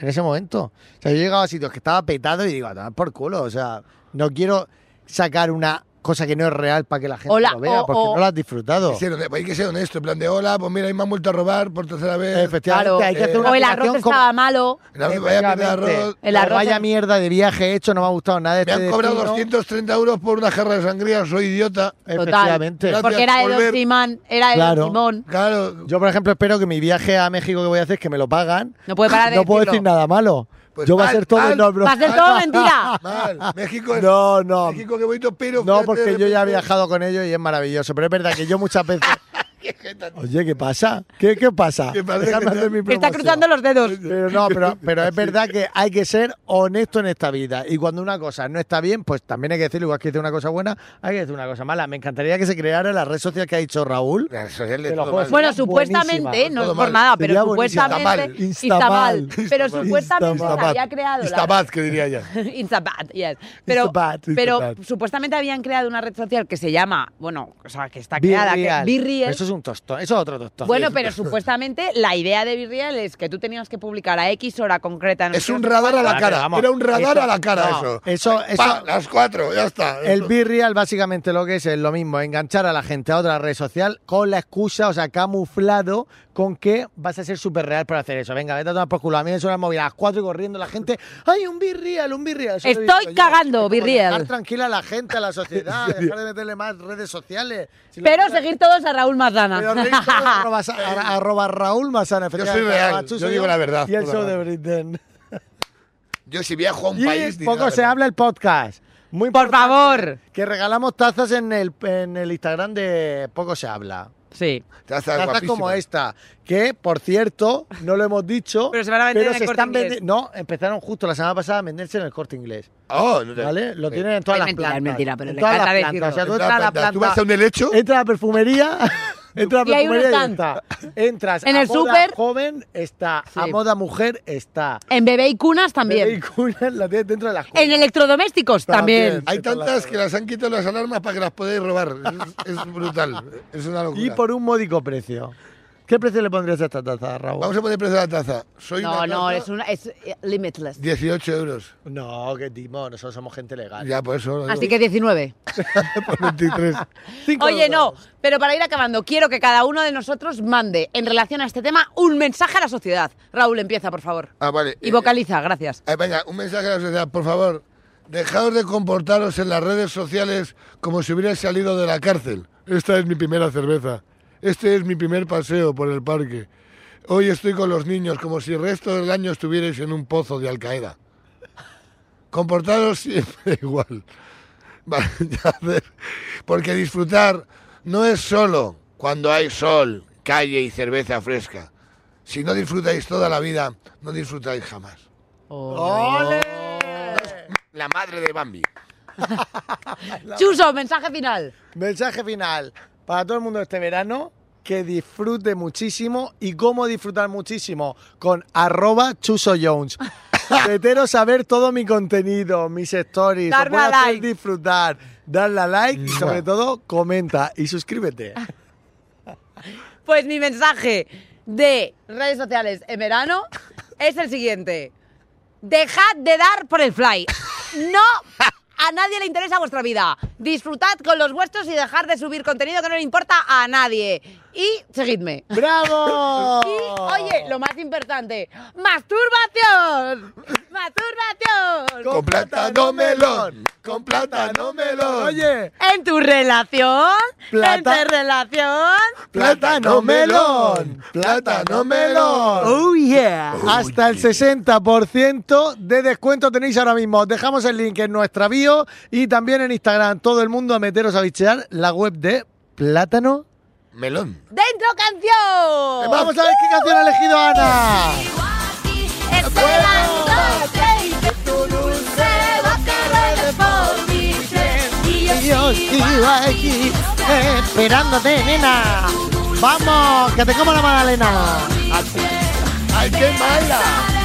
En ese momento. O sea, yo he llegado a sitios que estaba petado y digo, a tomar por culo. O sea, no quiero sacar una cosa que no es real para que la gente
Hola,
lo vea,
o-
porque
o-
no la has disfrutado.
Ser hone- hay que ser honesto, en plan de hola, pues mira, ahí me han vuelto a robar por tercera vez.
Efectivamente,
Claro.
hay que hacer
Eh,
una
o el arroz
aplicación como-
estaba malo.
La- vaya mierda de
Efectivamente.
arroz.
El
O
arroz
Vaya
es-
mierda de viaje hecho, no me ha gustado nada.
Me
este
han cobrado
destino.
230 euros por una jarra de sangría, soy idiota.
Eh, Efectivamente.
Total. Porque era de Don
Volver.
Simón. Era de Don
Claro.
Simón.
Claro,
Yo, por ejemplo, espero que mi viaje a México que voy a hacer es que me lo pagan.
No puede parar de
No puedo
decirlo.
decir nada malo.
Pues
Yo voy a
mal,
hacer todo
mal.
no, bro.
Va a ser todo mentira.
mal. México es.
No, no.
México, qué bonito, pero.
No,
fíjate,
porque
de
yo ya he
repente-
viajado con ellos y es maravilloso. Pero es verdad que yo muchas veces
Qué jeta, tío.
Oye, ¿qué pasa? ¿Qué, qué pasa?
Que parece que te-
mi
Está
promoción.
cruzando los dedos.
Pero no, pero, pero es verdad que hay que ser honesto en esta vida. Y cuando una cosa no está bien, pues también hay que decirlo. Igual que dice una cosa buena, hay que decir una cosa mala. Me encantaría que se creara la red social que ha dicho Raúl.
La social de
Te lo
todo
juego.
Bueno,
mal.
Buenísima,
supuestamente, eh, no es
todo
por
mal.
nada, pero
Sería buenísimo.
supuestamente
Instabal.
Instabal. Pero
Instabal.
supuestamente
Instabal.
había creado la
Instabad, que diría ella.
Instabad, yes. Pero,
Instabad,
pero
Instabad.
supuestamente habían creado una red social que se llama, bueno, o sea, que está creada,
Birrial.
que Birriel.
Eso es un tostón, eso es otro tostón.
Bueno, pero supuestamente la idea de Birriel es que tú tenías que publicar a X hora concreta. no
Es
sé
un
qué.
radar a la
Vale,
cara.
vamos.
Era un radar
Eso-
a la cara,
no,
eso.
eso- eso-
Pa, las cuatro, ya está.
El B-Real básicamente lo que es es lo mismo, enganchar a la gente a otra red social con la excusa, o sea, camuflado con que vas a ser súper real para hacer eso. Venga, vete a tomar por culo. A mí me suena el móvil a las 4 y corriendo la gente. ¡Ay, un B-Real, un B-Real! Eso lo he
Estoy
visto yo.
cagando,
Es como
Be Real.
Dejar tranquila a la gente, a la sociedad, dejar de meterle más redes sociales. Si la
Pero
cosa-
seguir todos a
Pero
Raúl Mazdana.
reír todo es arroba, sa- arra- arroba Raúl Masana, efectivamente.
soy real,
Arroba Chuso
yo digo la verdad,
Y el
la
show de
verdad.
Britain.
Yo si viajo a un
Y
país... ni
poco
nada,
se
¿no?
habla el podcast. Muy
Por favor.
que regalamos tazas en el, en el Instagram de Poco se habla.
Sí.
Te vas a dar
Tazas
guapísimo.
como este, esta, que por cierto, no lo hemos dicho,
Pero se van a vender en el Corte
vendi-
Inglés.
No, empezaron justo la semana pasada a venderse en el corte inglés.
Oh, no te-
¿Vale? Lo
Sí.
tienen en todas
Es
las
mentira, es
plantas.
mentira, pero
en
le
todas las
encanta
plantas. O sea, tú
En
entras a la
planta.
planta.
Tú vas a un helecho...
Entra a la perfumería. entra a la
Y hay un
perfumería y
stand.
está. Entras
En
a
el
moda
súper.
joven está, a
Sí.
moda mujer está.
En bebé y cunas
Bebé
también.
y cuna la tienes dentro de las
En electrodomésticos también.
También.
Hay
Se te la
tantas
sabe.
que las han quitado las alarmas para que las podáis robar. Es, es brutal. Es una locura.
Y por un módico precio. ¿Qué precio le pondrías a esta taza, Raúl?
Vamos a poner precio a la taza. Soy
No,
una
no,
taza,
es, una, es eh, limitless.
18 euros.
No, que timo, nosotros somos gente legal.
Ya, por eso. lo digo.
Así que 19.
por 23.
Cinco
Oye, no,
euros.
pero para ir acabando, quiero que cada uno de nosotros mande en relación a este tema un mensaje a la sociedad. Raúl, empieza, por favor.
Ah, vale.
Y
Eh,
vocaliza, gracias.
eh, venga, un mensaje a la sociedad, por favor. Dejaos de comportaros en las redes sociales como si hubierais salido de la cárcel. Esta es mi primera cerveza. Este es mi primer paseo por el parque. Hoy estoy con los niños como si el resto del año estuvierais en un pozo de Al-Qaeda. Comportaros siempre igual. Vale, ya, a ver. Porque disfrutar no es solo cuando hay sol, calle y cerveza fresca. Si no disfrutáis toda la vida, no disfrutáis jamás.
¡Ole!
La madre de Bambi.
Chuso, mensaje final.
Mensaje final para todo el mundo este verano. Que disfrute muchísimo. ¿Y cómo disfrutar muchísimo? Con arroba Chuso Jones. Meteros a ver todo mi contenido, mis stories. os
Darme
voy a
a
hacer
like.
disfrutar. Darle a like y
Mua.
sobre todo comenta y suscríbete.
Pues mi mensaje de redes sociales en verano es el siguiente. Dejad de dar por el fly. No a nadie le interesa vuestra vida. Disfrutad con los vuestros y dejad de subir contenido que no le importa a nadie. Y seguidme.
¡Bravo!
Y, oye, lo más importante, masturbación. Masturbación.
Con plátano melón, con plátano melón.
Oye,
En tu relación,
Plata-
en tu relación.
plátano melón, plátano melón.
Oh yeah.
Hasta el 60% de descuento tenéis ahora mismo. Os Dejamos el link en nuestra bio y también en Instagram. Todo el mundo a meteros a bichear la web de Plátano.
Melón.
Dentro canción.
Vamos a ver qué canción ha elegido Ana. Y yo sigo aquí esperándote, nena. Vamos, que te como la magdalena.
¡Ay, qué mala!